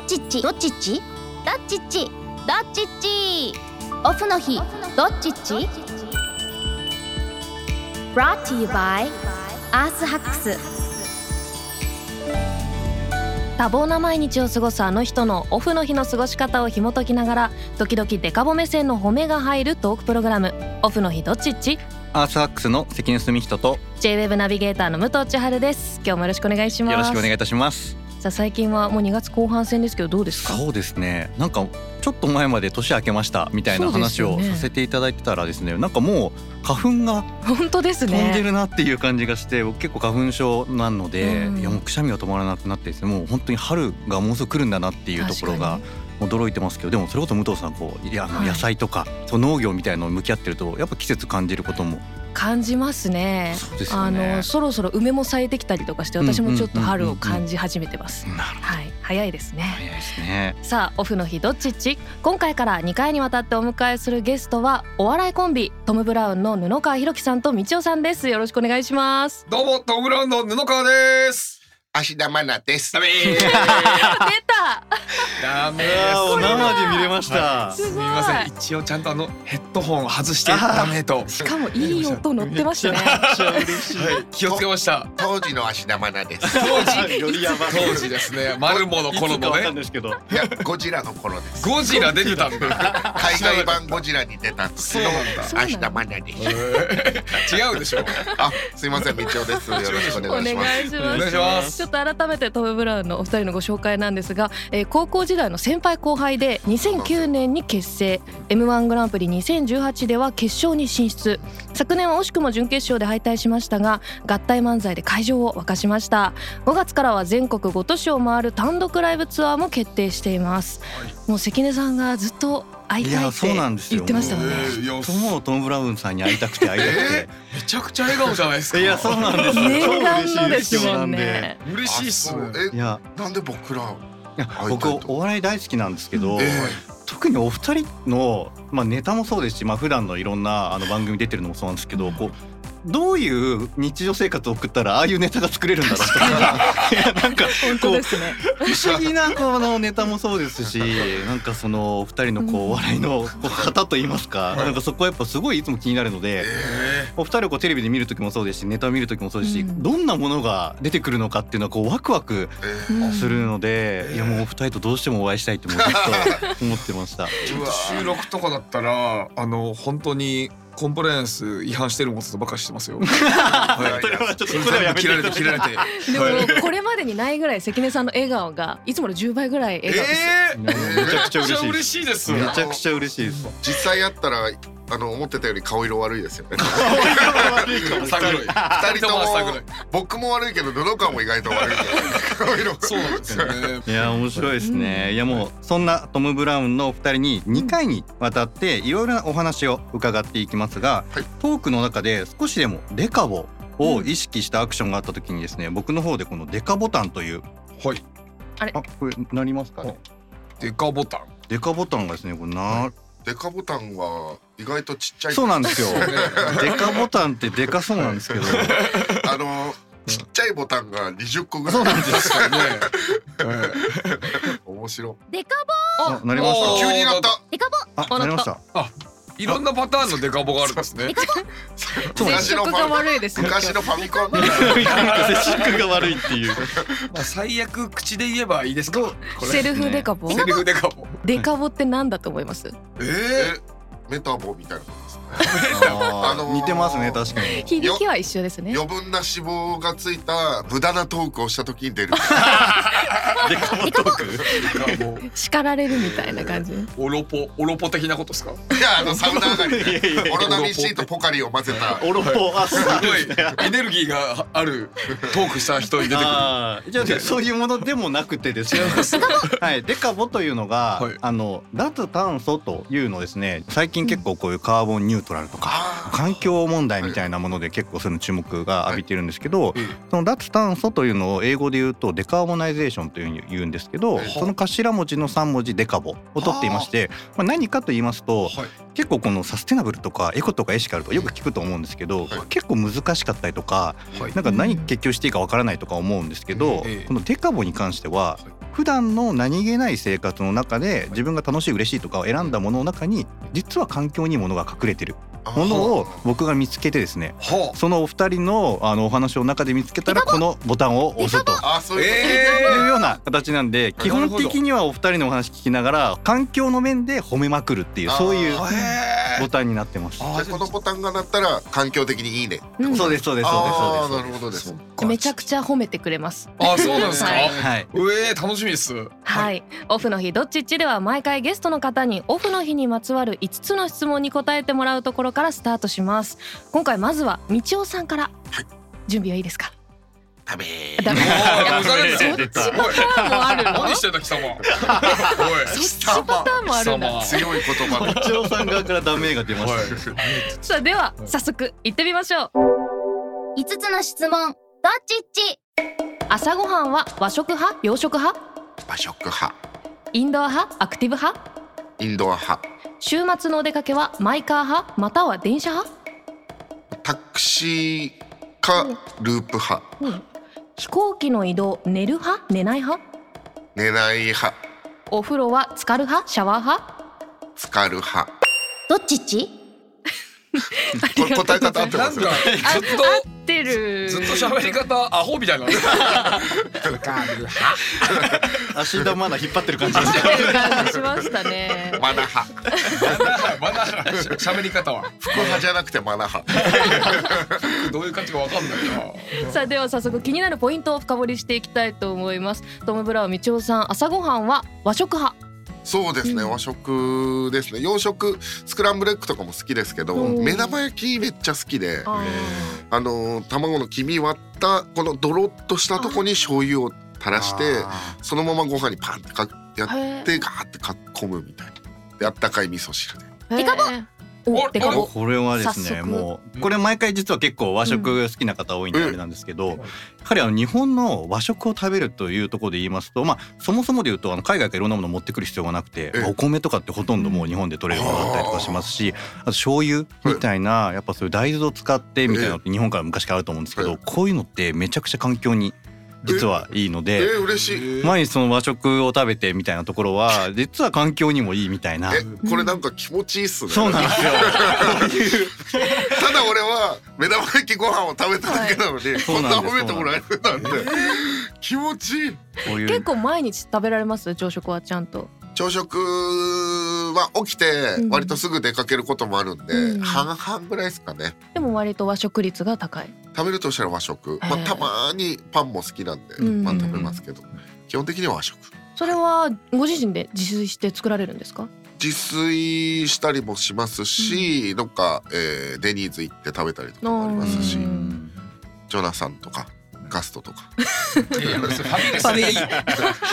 っちっちどっちっちどっちっちどっちっちオフの日どっちっち Brought to you by アースハックス多忙な毎日を過ごすあの人のオフの日の過ごし方を紐解きながら時々デカボ目線の褒めが入るトークプログラム「オフの日どっちっちアースハックスの関根澄人と」 JWEB ナビゲーターの武藤千春です今日もよろしくお願いしますよろしくお願いいたします。さあ最近はもう2月後半戦ですけどどうですかそうですね。なんかちょっと前まで年明けましたみたいなそうです話よをねさせていただいてたらですね、なんかもう花粉が本当です飛んでねるなっていう感じがして、僕結構花粉症なので、うんいやもうくしゃみが止まらなくなってですね、もう本当に春がもうすぐ来るんだなっていうところが確か驚いてますけど、でもそれこそ武藤さんこういやあのはい野菜とか、そう農業みたいのを向き合ってるとやっぱ季節感じることもに感じますねそうですよあねの。そろそろ梅も咲いてきたりとかして私もちょっと春を感じ始めてますなるほどはい早いですね早いですね。さあオフの日どっちっち今回から2回にわたってお迎えするゲストはお笑いコンビトム・ブラウンの布川ひろきさんとみちおさんですよろしくお願いしますどうも、トム・ブラウンの布川です。芦田愛菜です。ダメ出たダメおで生で見れました。す。すごいみません、一応ちゃんとあのヘッドホン外してダメと。しかもいい音乗ってましたねはい、気をつけました。当時の芦田愛菜です。当時、よりやばい。当時ですね、マルモの頃いつかのわかんないね。ですけど。いや、ゴジラの頃です。ゴジラ出てたんだ。海外版ゴジラに出た時そうのなんだ。そうなん芦だ田愛菜です。違う でしょあ、すいません、みちおです。よろしくおお願願いいししおます。ま願いすしまちょすっ。と改めてトム・ブラウンのお二人のご紹介なんですが、えー高校時代の先輩後輩で2009年に結成 m 1グランプリ2018では決勝に進出昨年は惜しくも準決勝で敗退しましたが合体漫才で会場を沸かしました5月からは全国5都市を回る単独ライブツアーも決定しています、もう関根さんがずっと会いいたいやっそてうなんですよ言ってましたもんねえーいやともうトム・ブラウンさんに会いたくて会いたくめちゃくちゃ笑顔じゃないですか。ていやそうなんですよ念願のです超も嬉しいんですね嬉しいっすあね。そういやえ、なんで僕ら。いや会い僕たいとお笑い大好きなんですけど、え特にお二人の、まあ、ネタもそうですし、まあ普段のいろんなあの番組出てるのもそうなんですけど、こうどういう日常生活を送ったらああいうネタが作れるんだろうとか いやなんか本当こうですね不思議なこのネタもそうです しなんかそのお二人のこうお笑いのこう型といいますかなんかそこはやっぱすごいいつも気になるので。えお二人をこうテレビで見る時もそうですしネタを見る時もそうですし、うんどんなものが出てくるのかっていうのはこうワクワクえうんするので、いやもうお二人とどうしてもお会いしたいってもうずっと思ってました。ーうわー収録とかだったら、あの本当に。コンプライアンス違反してるもんとばっかしてますよ。は それはちょっとそれそれはやめて切られて切られて。 ではもこれまでにないぐらい関根さんの笑顔がいつもの10倍ぐらい笑顔です、えーめちゃくちゃ嬉しいでめちゃ嬉しいですす。。めちゃくちゃ嬉しいです。実際やったら、あの思ってたより顔色悪いですよね。さぐろい。二人ともさぐろい。僕も悪いけど、布川も意外と悪いけど。顔色。 そうなんですよね。いや面白いですね、いやもうそんなトム・ブラウンのお二人に2回にわたっていろいろなお話を伺っていきますが、はいトークの中で少しでもデカボを意識したアクションがあった時にですね、僕の方でこのデカボタンというはい。あこれなりますかねデカボタン。デカボタンがですねこれなデカボタンは意外とちっちゃい。そうなんですよねデカボタンってデカそうなんですけどあの、ちっちゃいボタンが二十個ぐらい。そうなんです確かにね。面白デカあなりましおい。ー急になった。たあなりましたいろんなパターンのデカボがあるんですね。そう接触が悪いですよ昔のファミコンみたいな。 接触が悪いっていう まあ最悪口で言えばいいですか。これセルフデカボセリフデカボ。デカボってなんだと思いますええメタボみたいなことですね。ああのーー似てますね確かに響きは一緒ですね余分な脂肪がついた無駄なトークをした時 に出る。デカボトークえ。デカボ。叱られるみたいな感じオロポオロポ的なことですか。いやあのサウナ上がりいやいやでオロナミン C とポカリを混ぜた。オロポあすすごいエネルギーがあるトークした人に出てくる。あーじゃ あそういうものでもなくてですね。 はい、デカボというのが、はいあの脱炭素というのをですね。最近結構こういうカーボンニュートラルとか。あ環境問題みたいなもので結構その注目が浴びてるんですけど、いうんその脱炭素というのを英語で言うとデカーボナイゼーションというふうに言うんですけど、はいその頭文字の3文字デカボを取っていまして、まあ、何かと言いますと、はい結構このサステナブルとかエコとかエシカルとかよく聞くと思うんですけど、はい結構難しかったりとか、はいなんか何結局していいかわからないとか思うんですけど、ええこのデカボに関しては普段の何気ない生活の中で自分が楽しい嬉しいとかを選んだものの中に実は環境にいいものが隠れてるものを僕が見つけてですねはそのお二人のあのお話の中で見つけたらこのボタンを押すとあそういうええいうような形なんでほど基本的にはお二人のお話聞きながら環境の面で褒めまくるっていうあーそういうー、へボタンになってます。あことじゃあこのボタンが鳴ったら環境的にいいねうんそうですそうですあそうですあそうなるほどですそっはかめちゃくちゃ褒めてくれますあそうなんですか、はいです。はい。うえー楽しみですはい、オフの日どっちっちでは毎回ゲストの方にオフの日にまつわる5つの質問に答えてもらうところからスタートします今回まずはみちおさんから、はい準備はいいですか食べダメおーございますそっちパターンもあるの何してんだ貴様おそいっちパターンもあるんだ貴様強い言葉 で一応さん側からダメが出まおいした。さあでは早速行ってみましょう五つの質問どっちっち朝ごはんは和食派洋食派和食派インドア派アクティブ派インドア派週末のお出かけはマイカー派または電車派タクシーかループ派飛行機の移動寝る派寝ない派寝ない派お風呂は浸かる派シャワー派浸かる派どっちっちこれ答え方合ってなまんすかよねずっ合ってるとずっと喋り方アホみた いな浸かる派足玉な引っ張ってる感じ。ってる感じしました ねマナ派マナー喋り方は福派じゃなくてマナ派どういう感じかわかんないなさあでは早速気になるポイントを深掘りしていきたいと思いますトム・ブラウン道夫さん朝ごはんは和食派そうですね、和食ですね洋食スクランブルエッグとかも好きですけどうん目玉焼きめっちゃ好きであの卵の黄身割ったこのドロッとしたとこに醤油を垂らしてそのままご飯にパンってかやっへてガーってかっこむみたいなであったかい味噌汁でえデカボおデカボこれはです早ね速もうこれ毎回実は結構和食好きな方多いんでうんあれなんですけど、やはりあの日本の和食を食べるというところで言いますと、まあ、そもそもで言うとあの海外からいろんなものを持ってくる必要がなくてええお米とかってほとんどもう日本で取れるものだったりとかしますしあと醤油みたいなやっぱそういう大豆を使ってみたいなのって日本から昔からあると思うんですけえどえこういうのってめちゃくちゃ環境に実はいいのえで。ー、嬉しい毎日その和食を食べてみたいなところは実は環境にもいいみたいなえこれなんか気持ちいいっすねそうなんですよ ただ俺は目玉焼きご飯を食べただけなのに、こんな褒めてもらえるなんて気持ちいいこういう結構毎日食べられます朝食はちゃんと朝食は起きて割とすぐ出かけることもあるんで、うん半々ぐらいですかねでも割と和食率が高い食べるとしたら和食、へまあ、えたまにパンも好きなんで、うんまあ、食べますけど基本的には和食それはご自身で自炊して作られるんですか自炊したりもしますし、どっか、えーデニーズ行って食べたりとかもありますし、うんジョナサンとかガストとかいやいや別にファミレスでいい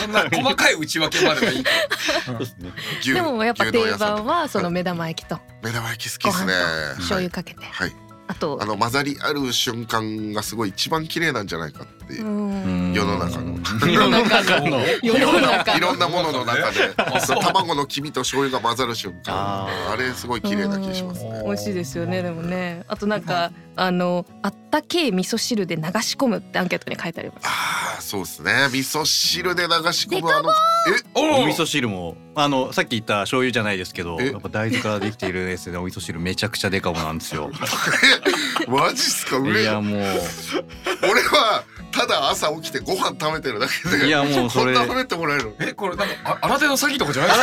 そんな細かい内訳まではいいそうですね牛でもやっぱ牛定丼屋さんと番かはその目玉焼きと目玉焼き好きですごねはい醤油かけてはい、あとあの混ざりある瞬間がすごい一番綺麗なんじゃないかっていうう、ん世の中の世の中 の世の中いろんなものの中であそう卵の黄身と醤油が混ざる瞬間ああーれすごい綺麗な気がしますね美味しいですよねでもねあとなんかあのあったけえ味噌汁で流し込むってアンケートに書いてありますああそうですね味噌汁で流し込むあのおおお味噌汁もあのさっき言った醤油じゃないですけどえやっぱ大豆からできているですねお味噌汁めちゃくちゃデカボなんですよ マジっすかいうれやも俺はただ朝起きてご飯食べてるだけうでいやもうこそんれな褒めてもらえるのえこれなんかあ新手の詐欺とかじゃないで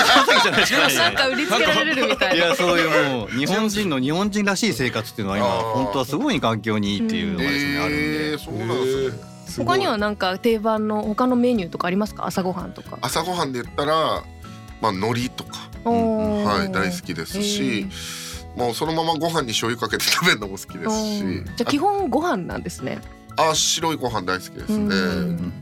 すかなんか売りつけられるみたいいなやそういうもう日本人の日本人らしい生活っていうのは今あー本当はすごい環境にいいっていうのがですね、あるんえでー、そうなんですね他にはなんか定番の他のメニューとかありますか朝ごはんとか朝ごはんで言ったらまあ海苔とかおーはい大好きですし、もうそのままご飯に醤油かけて食べるのも好きでおすしーじゃあ基本ご飯なんですねあ白いご飯大好きですね、うんうん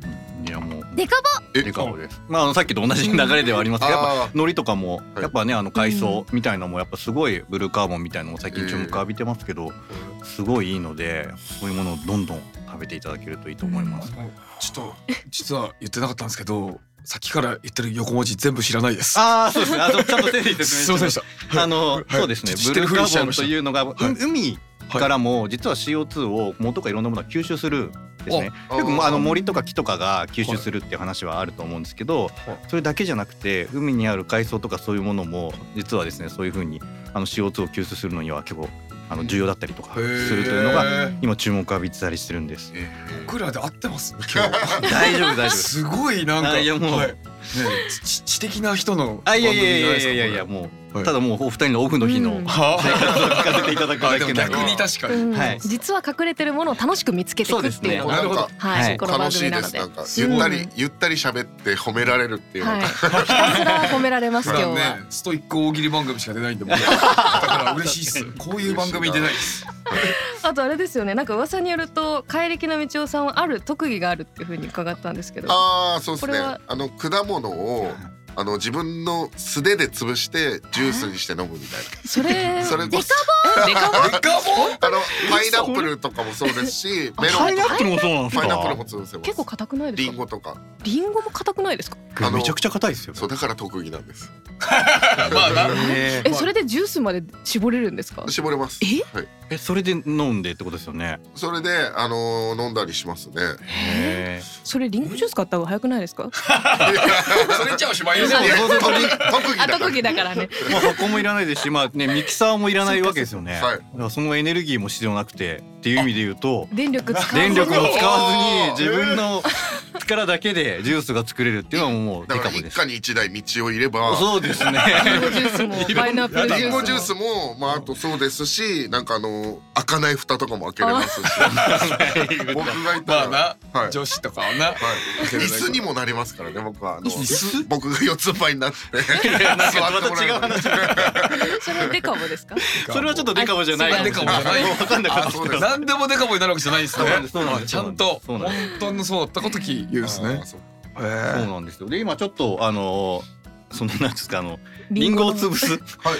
いやもうデカえデカボですまああのさっきと同じ流れではありますけどやっぱあ海苔とかもはいやっぱねあの海藻みたいのもやっぱすごいブルーカーボンみたいのも最近注目浴びてますけどすごいいいのでこういうものをどんどん食べていただけるといいと思います。ちょっと実は言ってなかったんですけどさっきから言ってる横文字全部知らないですああそうですね。あとちゃんと丁寧にす 説い明しませんでましす。たあのそうですね知っ。ブてルるーふカりしちーゃボいンましたというのがうはい海からも実は CO2 を元とかいろんなものは吸収するですねおよくまああのうん森とか木とかが吸収するっていう話はあると思うんですけどはいそれだけじゃなくて海にある海藻とかそういうものも実はですねそういうふうにあの CO2 を吸収するのには結構あの重要だったりとかするというのがへー今注目を浴びてたりしてるんです。僕らで合ってます今大丈夫大日丈夫すごいなんかあいやもうはいね知知的な人の あいやいやい番や組いじやゃいなやいやですかもはういただもうお二人のオフの日うのん は生活を聞かせていただくあだでもけなの逆にで確かに、うんはい実は隠れてるものを楽しく見つけていくっていうのながんかは、はいいこの番楽し組いなでのすでなんうかゆったんりゆったり喋って褒められるっていうの はい、がひたすら褒められます今日普段はね。ストイック大喜利番組しか出ないんでもうだから嬉しいっすこういう番組出ないですあとあれですよね、なんか噂によると、怪力の道夫さんはある特技があるっていうふうに伺ったんですけど。ああそうですねこれはあの果物をあの自分の素手で潰してジュースにして飲むみたいそれな。 それこそえデカボデカボンあのパイナップルとかもそうですしメロパインナとかップルもそうなんですパイナップルかも潰せます結構硬くないでリすンか。ゴとかリンゴも硬くないですか。あのめちゃくちゃ硬いですよそうだから特技な んですまあなええ、それでジュースまで絞れるんですか。 絞れますえはい、えそれで飲んでってことですよねそれであの飲んだり しますねへそれリンゴジュース買った方が早くないですか。それじゃおしまいですそういやそうそうそう特技あ、特だから技だからね。えもう箱もいらないですしまあねミキサーもいらないわけですよねそうかそうだからそのエネルギーも必要なくてっていう意味で言うと電力使わずに電力も使わずにえー自分の力だけでジュースが作れるっていうのはもうだデかカらボで一す家に一台道をいればそうですねリンゴジュース もパイナップルジュースも。リンゴジュースもまああとそうですしなんかあの開かない蓋とかも開けれますし 僕がいまたあら、な、はい女子とかはなはい、椅子にもなりますからね僕はあの椅子僕が四つん這いになっ てなん座かってもらえるまた違う話それデカボですか。それはちょっとデカボじゃないあデカボじゃない分かんなかったあそうです何でもデカボになるわけじゃないですそねうなんですそうなんですちゃんとそう本なんで当のそうだったことき言うんですねあそそへううーなんですよで今ちょっとあのそのなんですかあのリンゴを潰 すっ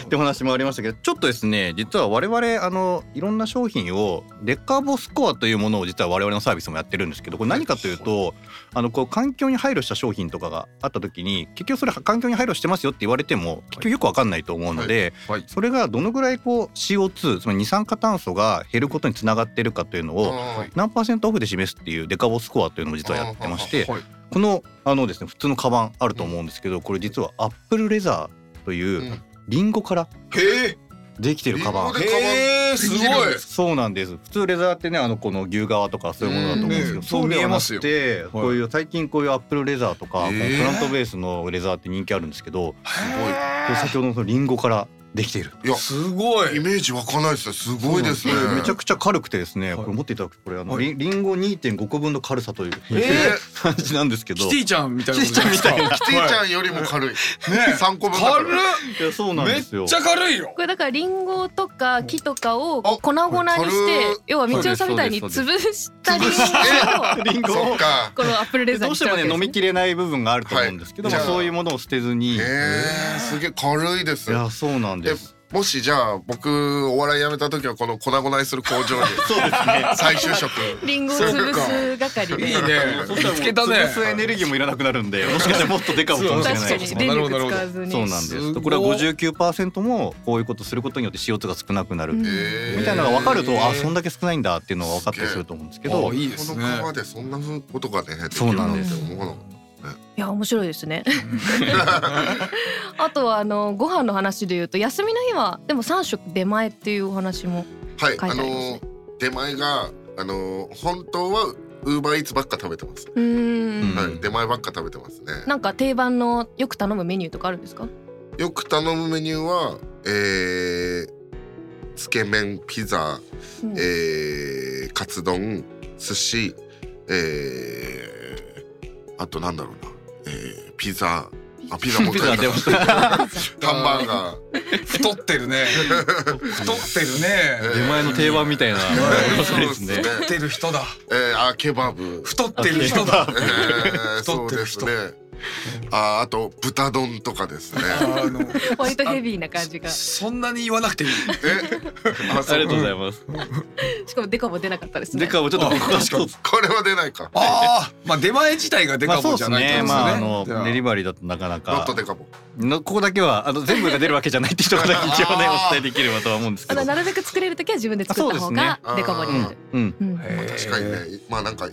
てお話もありましたけどちょっとですね実は我々あのいろんな商品をデカボスコアというものを実は我々のサービスもやってるんですけどこれ何かというとあのこう環境に配慮した商品とかがあった時に結局それ環境に配慮してますよって言われても結局よくわかんないと思うのではいそれがどのぐらいこう CO2 つまり二酸化炭素が減ることにつながってるかというのをあー何パーセントオフで示すっていうデカボスコアというのも実はやってましてはいこのあのですね普通のカバンあると思うんですけどこれ実はアップルレザーとういうんリンゴからへできてるカバンリンゴでえへえすごいできるんですそうなんです普通レザーってねあのこの牛革とかそういうものだと思うんですけど、うんそう見えましてそう見えますよこういう最近こういうアップルレザーとか、えーこのプラントベースのレザーって人気あるんですけど、これ先すほどのそのリンゴからできている。いやすごいイメージ湧かないですねすごいですねそうなんめちゃくちゃ軽くてですね、はいこれ持っていただくとこれあの、はいリンリンゴ2.5個分の軽さというえ 感じなんですけど。キティちゃんみたいなことじゃないですキティちゃんみたいかキティちゃんよりも軽いね三個分だか軽らいやそうっなんめですよ。っちゃ軽いよこれだからリンゴとか木とかをあ粉々にして軽要は道夫さんみたいにそう潰したリンゴをリンゴをそっかこのアップルレザーどにうししてたわもけねです飲みきれない部分があると思うんですけど、はいまあじゃあそういうものを捨てずに。いえー、すげえ軽いですやそうなんです。もしじゃあ僕お笑いやめた時はこの粉々にする工場にそうですね。再就職リンゴを潰す係いいでねそ見つしけたたらもう潰ねすエネルギーもいらなくなるんで、もしかしたらもっとデカボかもしれ確なかいにです電ね。なるほ力ど使わずにそうなんですごいす。これは59%もこういうことすることによって CO2 が少なくなるうんみえーたいなのが分かるへと、ーあ、そんだけ少ないんだっていうのが分かったりすると思うんですけあど、いいですこねの川でそんなことがねできそうるななんんでてす思うのいや面白いですねあとはあのご飯の話でいうと休みの日はでも3食出前っていうお話もはい書いあてありますねの出前があの本当はウーバーイーツばっか食べてます、うーんうんはい出前ばっか食べてますねなんか定番のよく頼むメニューとかあるんですかよく頼むメニューはえーつけ麺ピザ、うんえーカツ丼寿司、えーあとなんだろうな、えーピザあピザも ピ食ザでべたもハンバーガー太ってるね太ってるね出前の定番みたいな。そうですね。太ってる人だえー、あケバブ太ってる人だえー、太そっうてるで人すねあーあと豚丼と かですねあの割とヘビーな感じがしそんなに言わなくていい。えありがとうございいます。かもデカも出なかったですねでかもちょっとあ確かに。ますこれは出ないかああ、まあ出前自体がデまカあそうボでじすゃないね。とまああですよのデリね。バリーだとなかなもっかとでかものここだけはあの全部が出るわけじゃないっていうところ だけ一応ねお伝えできればとは思うんですあけどの。なるべく作れる時は自分で作った方がそうデですねカボあになーる、うんうん。うんへー確かにね、まあなんかい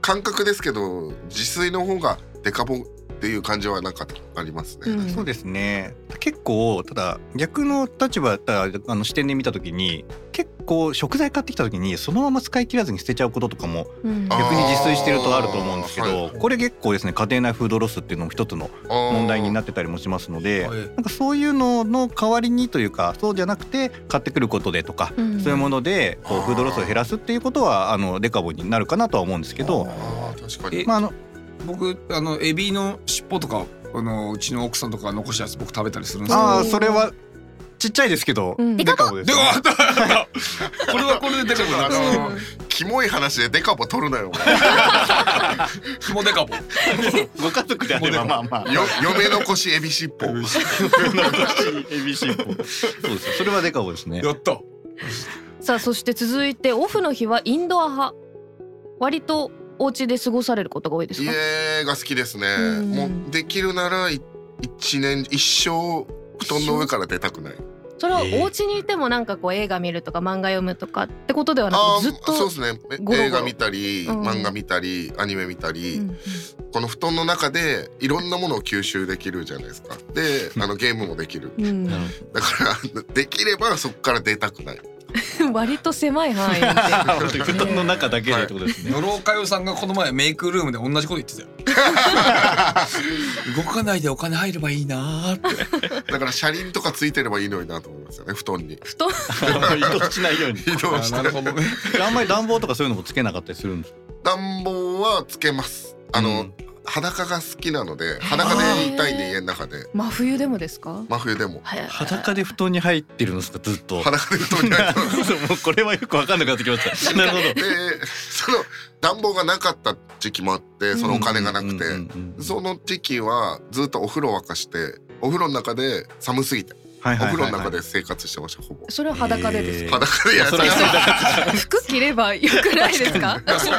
感覚ですけど自炊の方がデカボっていう感じはなんかありますね、うんそうですね結構ただ逆の立場ただあの視点で見た時に結構食材買ってきた時にそのまま使い切らずに捨てちゃうこととかもうんあー逆に自炊してるとあると思うんですけあーどこれ結構ですね家庭内フードロスっていうのも一つの問題になっってたりもしますのではいなんかそういうのの代わりにというかそうじゃなくて買ってくることでとかうんそういうものでこうフードロスを減らすっていうことはあのデカボになるかなとは思うんですけどあー確かにえまああの僕あのエビの尻尾とかあのうちの奥さんとかが残したやつ僕食べたりするんですけど。あーそれはちっちゃいですけどうんデカボですでよもあったあったこれはこれでデカボだちょっとな。あのキモい話でデカボ取るな よお前ひもデカボ。ご家族であればまあまあよ嫁の腰エビ尻尾そうですそれはデカボですねやった。さあそして続いてオフの日はインドア派割とお家で過ごされることが多いですか 家が好きですね、んもうできるならい一年一生布団の上から出たくないそれはお家にいてもなんかこう映画見るとか漫画読むとかってことではなあくずーっとそうですねえゴロゴロ映画見たり、うん漫画見たりアニメ見たり、うんこの布団の中でいろんなものを吸収できるじゃないですかであのゲームもできるうんなるだから できればそこから出たくない割と狭い範囲で ほど布団の中だけでってことですね野呂佳代さんがこの前メイクルームで同じこと言ってた よ。動かないでお金入ればいいなーって。だから車輪とかついてればいいのになと思いますよね布団に布団 移動しないように移動してなるほどね。あんまり暖房とかそういうのもつけなかったりするんです暖房はつけますあの、うん裸が好きなので裸でいたいんで家の中で真冬でもですか真冬でも裸で布団に入ってるんですかずっ と裸で布団に 入ってますそうもうこれはよく分かんなくなってきましたなるほどでその暖房がなかった時期もあってそのお金がなくて、うんうんうんその時期はずっとお風呂沸かしてお風呂の中で寒すぎてはいおはいはい風はい呂の中で生活してましたほぼそれは裸でですえー裸でやそれはそ服着ればよくないですかそうですよね。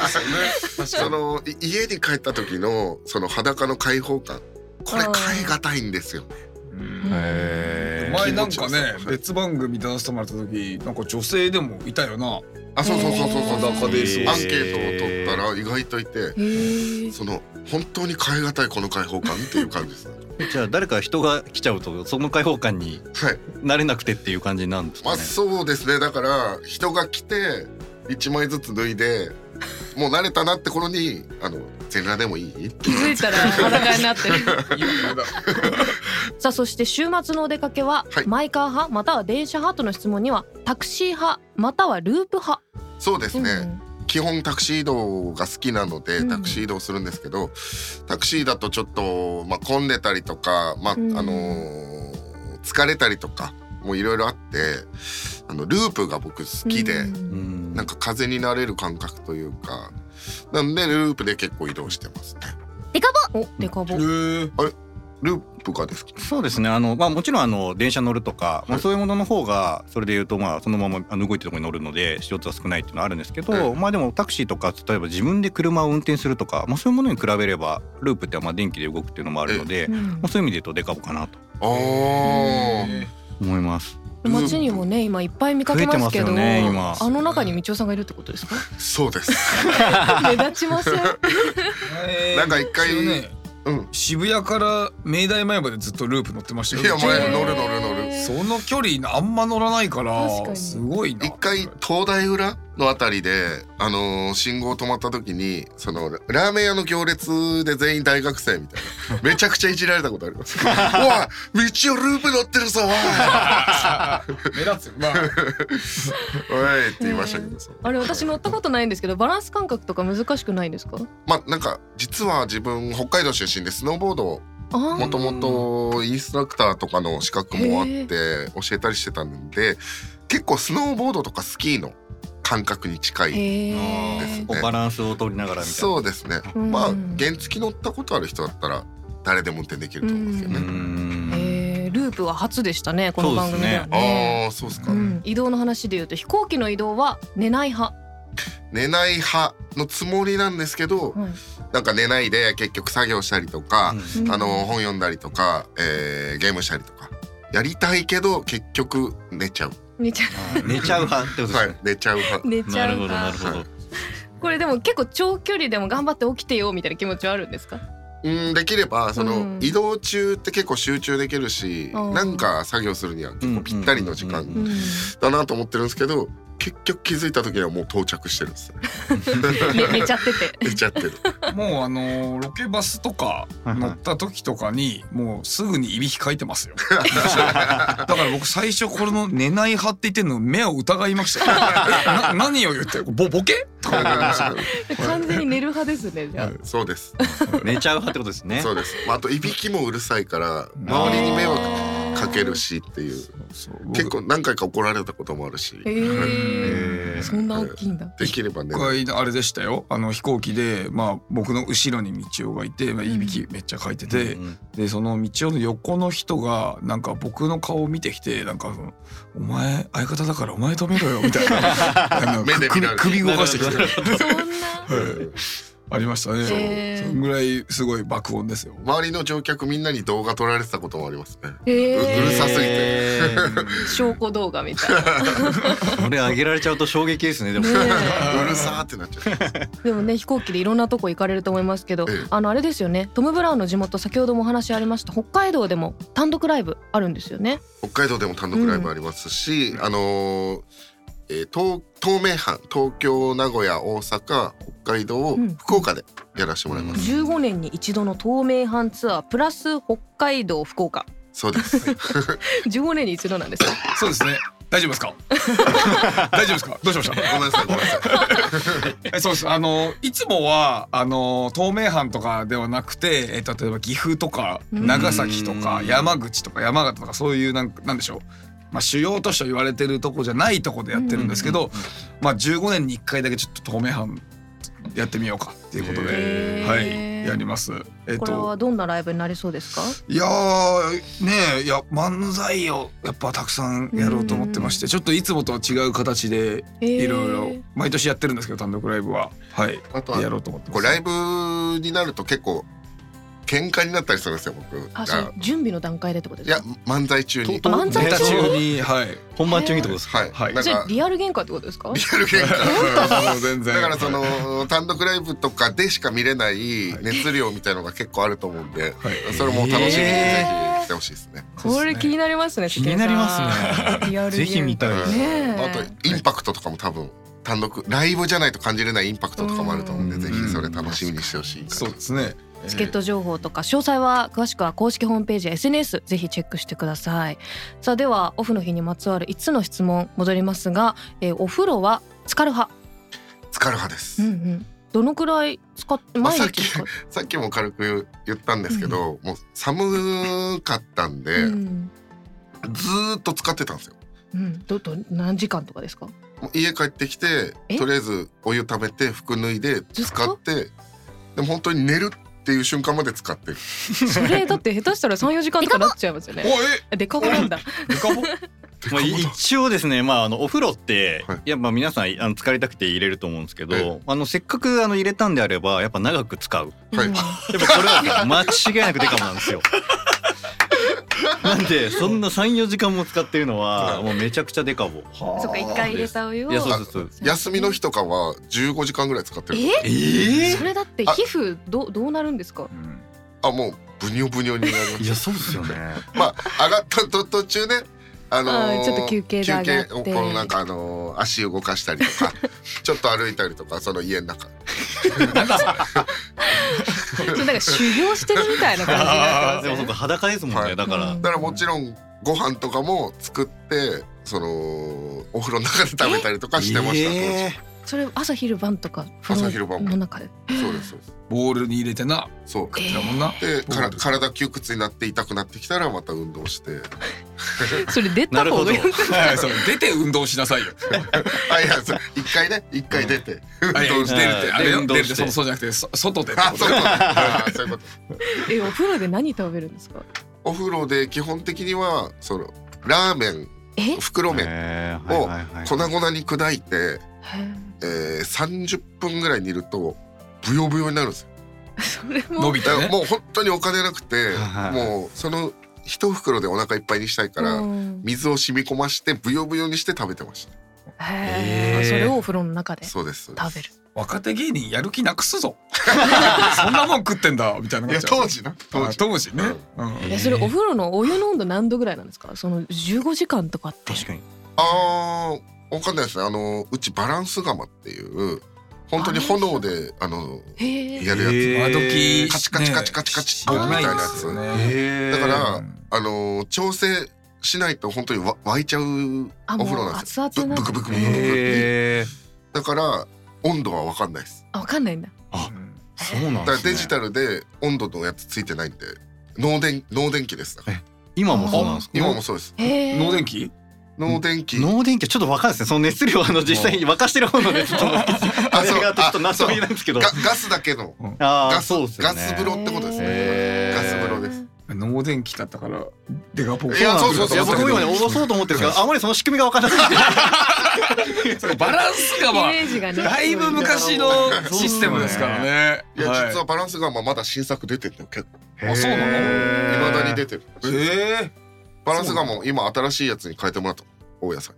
確かに。のい家に帰った時のその裸の解放感これあー変えがたいんですようん へー前なんかね気持ちよさそう別番組出させてもらった時なんか女性でもいたよなあそうそうそうそうそうへー裸でそうへーアンケートを取ったら意外といてへーその本当に変えがたいこの解放感っていう感じ ですねじゃあ誰か人が来ちゃうとその開放感にはいなれなくてっていう感じなんですまかあねそうですねだから人が来て1枚ずつ脱いでもう慣れたなって頃にあの全裸でもいい気づいたら裸にな ってる ださあそして週末のお出かけは、はいマイカー派または電車派との質問にはタクシー派またはループ派そうですね、うん基本タクシー移動が好きなのでうんタクシー移動するんですけど、タクシーだとちょっと、まあ、混んでたりとか、まあうんあのー疲れたりとかもういろいろあってあのループが僕好きで、うんんなんか風になれる感覚というかなんでループで結構移動してますね。おデカボへループがですかそうですねあの、まあ、もちろんあの電車乗るとか、まあ、そういうものの方がそれで言うと、まあ、そのままあの動いてるところに乗るので CO2 は少ないっていうのはあるんですけど、まあ、でもタクシーとか例えば自分で車を運転するとか、まあ、そういうものに比べればループってまあ電気で動くっていうのもあるので、うんまあ、そういう意味で言うとデカボかなとあーえ思います。街にもね今いっぱい見かけますけど増えてますよね今あの中に道夫さんがいるってこと ですかそうです目立ちません前なんか一回一応ねうん渋谷から明大前までずっとループ乗ってましたよいや前う乗ちる乗る乗るへーその距離あんま乗らないか確からにすごいな一回東大裏のあたりで、あのー信号止まった時にそのラーメン屋の行列で全員大学生みたいなめちゃくちゃいじられたことありますうわ道をループ乗ってるぞおい目立つよまあおいって言いましたけどそうあれ私乗ったことないんですけどバランス感覚とか難しくないですかまあなんか実は自分北海道出身でスノーボードをあーもともとインストラクターとかの資格もあって教えたりしてたんで結構スノーボードとかスキーの感覚に近いへですえねこうバランスを取りながらみたいなそうですね、うんまあ原付乗ったことある人だったら誰でも運転できると思うんですようね。んえーループは初でしたねこの番組ではそうねああそうですか、うん移動の話でいうと飛行機の移動は寝ない派、寝ない派のつもりなんですけどなんか寝ないで結局作業したりとか、うんあの本読んだりとか、えーゲームしたりとかやりたいけど結局寝ちゃう、寝ちゃ寝ちゃう派ってことですはねい、寝ちゃう派う寝ちなゃうるほどな派るほどこれでも結構長距離でも頑張って起きてよみたいな気持ちはあるんですかうんできればその、うん移動中って結構集中できるし、うんなんか作業するには結構ぴったりの時うん間うんだなと思ってるんですけど結局気づいた時にはもう到着してるんですね寝寝ちゃってて寝ちゃってるもうあ のロケバスとか乗った時とかにもうすぐにいびきかいて ますよだから僕最初これの寝ない派って言ってんの目を疑いましたよな何を言ってるボボケとか言ってましたけ ど完全に寝る派ですねじゃあそうです寝ちゃう派ってことですねそうです、まあ、あといびきもうるさいから周りに迷惑かけるしっていうそう結構何回か怒られたこともあるしへへえーそんな大きいんだできればね僕はあれでしたよあの飛行機で、まあ、僕の後ろに道夫がいて、まあ、いびきめっちゃかいてて、うんでその道夫の横の人がなんか僕の顔を見てきてなんかその「お前相方だからお前止めろよ」みたいなあの目で見られる首首動かしてきて、なるは、ほそんないありましたね、へーそんぐらいすごい爆音ですよ。周りの乗客みんなに動画撮られてたこともありますねへうるさえすぎてへ証拠動画みたいなーそれ上げられちゃうと衝撃ですねでもねうるさーってなっちゃうでもね飛行機でいろんなとこ行かれると思いますけどええあのあれですよねトム・ブラウンの地元先ほどもお話ありました北海道でも単独ライブあるんですよね北海道でも単独ライブありますし、あのーえー東東名阪東京名古屋大阪北海道、うん福岡でやらせてもらいます、 15年に一度の透明版ツアープラス北海道福岡そうです15年に一度なんですよそうですね大丈夫ですか大丈夫ですかどうしましたごめんなさいごめんなさいえそうですあのいつもはあの東名阪とかではなくてえ例えば岐阜とかうん長崎とかうん山口とか山形とかそういうなんかなんでしょう、まあ、主要都市と言われてるとこじゃないとこでやってるんですけど、まあ、15年に1回だけちょっと東名阪やってみようかっていうことで。へーはい、やります。えっこれと、はどんなライブになりそうですかいやー、ねえ、いや、漫才をやっぱたくさんやろうと思ってまして、ちょっといつもとは違う形で、いいろいろ毎年やってるんですけど、単独ライブは。はい、あとはやろうと思ってます。これライブになると結構喧嘩になったりするんですよ僕あそう準備の段階でってこといですやか漫才中にと漫才ネタ中中に、はい。本番中にってことですかはい、はいなんじゃあかリアル喧嘩ってことですかリアル喧嘩もう全然。だからその単独ライブとかでしか見れないはい熱量みたいのが結構あると思うんで、はいそれも楽しみにぜへーひ来てほしいですね。これ気になりますね気になります関根さんリアねルぜひ見たいですねえあとインパクトとかも多分単独ライブじゃないと感じれないインパクトとかもあると思うんで、うんぜひそれ楽しみにしてほしいなそうですね。チケット情報とか詳細は詳しくは公式ホームページや SNS ぜひチェックしてくださいさあではオフの日にまつわる5つの質問戻りますが、えーお風呂は浸かる派、疲れ派です、うんうん、どのくらい使って毎さっ日き使う、さっきも軽く言ったんですけど、もう寒かったんで、うんずーっと使ってたんですようん、どど何時間とかですかもう家帰ってきてえとりあえずお湯ためて服脱いでずっと使ってでも本当に寝るっていう瞬間まで使ってるそれだって下手したら34時間とかなっちゃいますよおねえ、あデカボなんだデ カボ。まあ、い一応ですね、まあ、あのお風呂って、はいやっぱ皆さんあの疲れたくて入れると思うんですけえどあのせっかくあの入れたんであればやっぱ長く使うはいやっぱこれ は間違いなくデカモなんですよ。なんでそんな34時間も使ってるのはもうめちゃくちゃデカボ。うんそっか一回入れたお湯をいやそうですそうです。休みの日とかは15時間ぐらい使ってるええそれだって皮膚どどうなるんですかうんあもうブニョブニョにな りまいすやそうですよね。まあ上がったと途中ねあのーうんちょっと休憩で上がって休憩このなんかあのー足動かしたり とかちょっと歩いたりとかその家の中それなんか修行してるみたいな感じになあ っでてますもそっねか裸ですもんね、はいだから、うんだからもちろんご飯とかも作ってそのお風呂の中で食べたりとかしてました、えそれ朝昼晩とか朝昼晩もの中でそうですそうですボールに入れてなそうだもんなでから体窮屈になって痛くなってきたらまた運動 してそれ出た方がいいなるはいそう出て運動しなさいよあいやそう一回ね一回出て運あいや動して出るってあれよ運動出るしっててそうそうじゃなくてそ外でってあこそうというねことあそういうことえお風呂で何食べるんですかお風呂で基本的にはそのラーメンえ袋麺へーをはいはいはい粉々に砕いて、えー、30分ぐらい煮るとブヨブヨになるんですよそれ伸もびてだからねもう本当にお金なくてはいもうその一袋でお腹いっぱいにしたいから、うん水を染み込ましてブヨブヨにして食べてましへええーそれをお風呂の中でたそうですそうです食べる若手芸人やる気なくすぞそんなもん食ってんだみたいない感やじ当時な当当時時当時ね、うんえそれお風呂のお湯の温度何度ぐらいなんですかその15時間とかって確かにあーわかんないですねあのうちバランス釜っていう本当に炎であのへえやるやつ、へー今時カチカチカチカチカチねみたいなや危なつ、ですよねへーだからうんあの調整しないと本当にわ湧いちゃうあお風呂もうなんです熱々よなブんだクブクブクブクブクへーだから温度は分かんないですあわかんないんだあうんそうなだんでからすねデジタルで温度のやつついてないんで脳電脳電気ですだから今もそうなんですか今もそうですへえ脳電気脳電気脳電球ちょっとわかんないですねその熱量はあの実際に沸かしてる方の熱と あれがちょっと納得いかないんですけどガガスだけのあーガスそうですよねガス風呂ってことですねへーガス風呂です脳電気だったからデカポンいやそうそうそういや僕も今ねそう下ろそうと思ってるんですけどあまりその仕組みが分からなくてバランスがイまあメージがねだいぶ昔のシステムですからねいや実ははバランスがまあまだ新作出てるの結構あそうなのいまだに出てるえバランスがもう今新しいやつに変えてもらった大家さん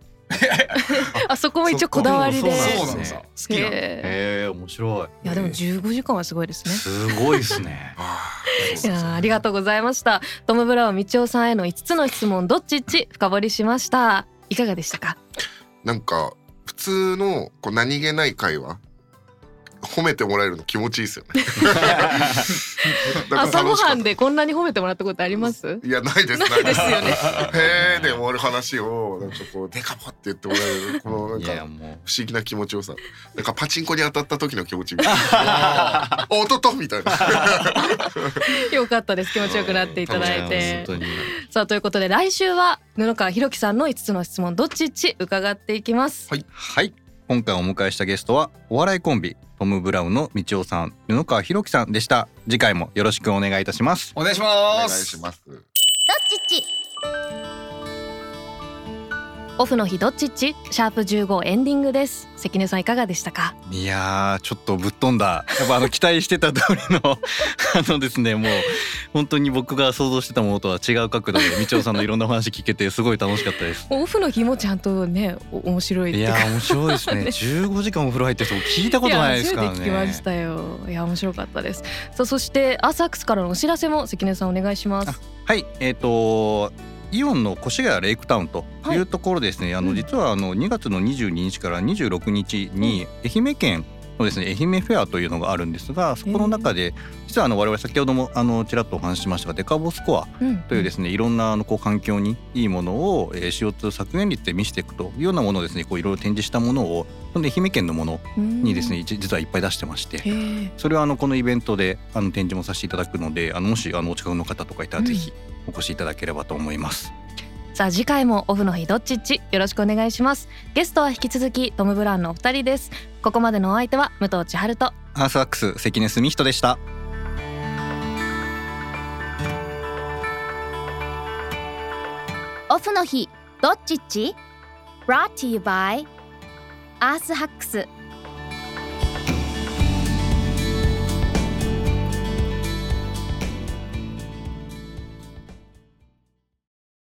あそこも一応こだわりでええそそううななんのですさね好きなへのへえ面白いーいやでも15時間はすごいですねすごいですねいやーありがとうございましたトム・ブラウンみちおさんへの5つの質問どっちっち深掘りしましたいかがでしたかなんか普通のこう何気ない会話褒めてもらえるの気持ちいいですよ ねなんか朝ご楽しかはったんでこんなに褒めてもらったことありますいやないですないですよねへーで終わる話をなんかこうデカポって言ってもらえるこのなんいやかもう不思議な気持ちよさなんかパチンコに当たった時の気持ちみたい なおーおっとっとみたいなよかったです気持ちよくなっていただいて本当にさあということで来週は布川ひろきさんの5つの質問どっちっち伺っていきますはい、はい、今回お迎えしたゲストはお笑いコンビトム・ブラウンの道夫さん布川ひろきさんでした次回もよろしくお願いいたしますお願いしお願まいすしますちっちオフの日どっちっちシャープ15エンディングです関根さんいかがでしたかいやーちょっとぶっ飛んだやっぱあの期待してた通りの あのですねもう本当に僕が想像してたものとは違う角度で道夫さんのいろんなお話聞けてすごい楽しかったですオフの日もちゃんとねお面白いっていいうやかー面白いです ね15時間お風呂入ってる人聞いたことないですからやね初めて聞きましたよいや面白かったですさあそしてアーサックスからのお知らせも関根さんお願いしますはい、えっ、とイオンの越谷レイクタウンというところですね、あうのん実はあの2月の22日から26日に愛媛県のですね愛媛フェアというのがあるんですがそこの中で実はあの我々先ほどもあのちらっとお話ししましたがデカボスコアうんというですねいろんなあのこう環境にいいものをえー CO2 削減率で見せていくというようなものをですねこういろいろ展示したものをほんで愛媛県のものにですね、一実はいっぱい出してましてへーそれはあのこのイベントであの展示もさせていただくのであのもしあのお近くの方とかいたらぜひお越しいただければと思います。さあ次回もオフの日どっちっちよろしくお願いしますゲストは引き続きトムブラウンのお二人ですここまでのお相手は武藤千春とアースワックス関根澄人でした。オフの日どっちっち brought to you by アースハックス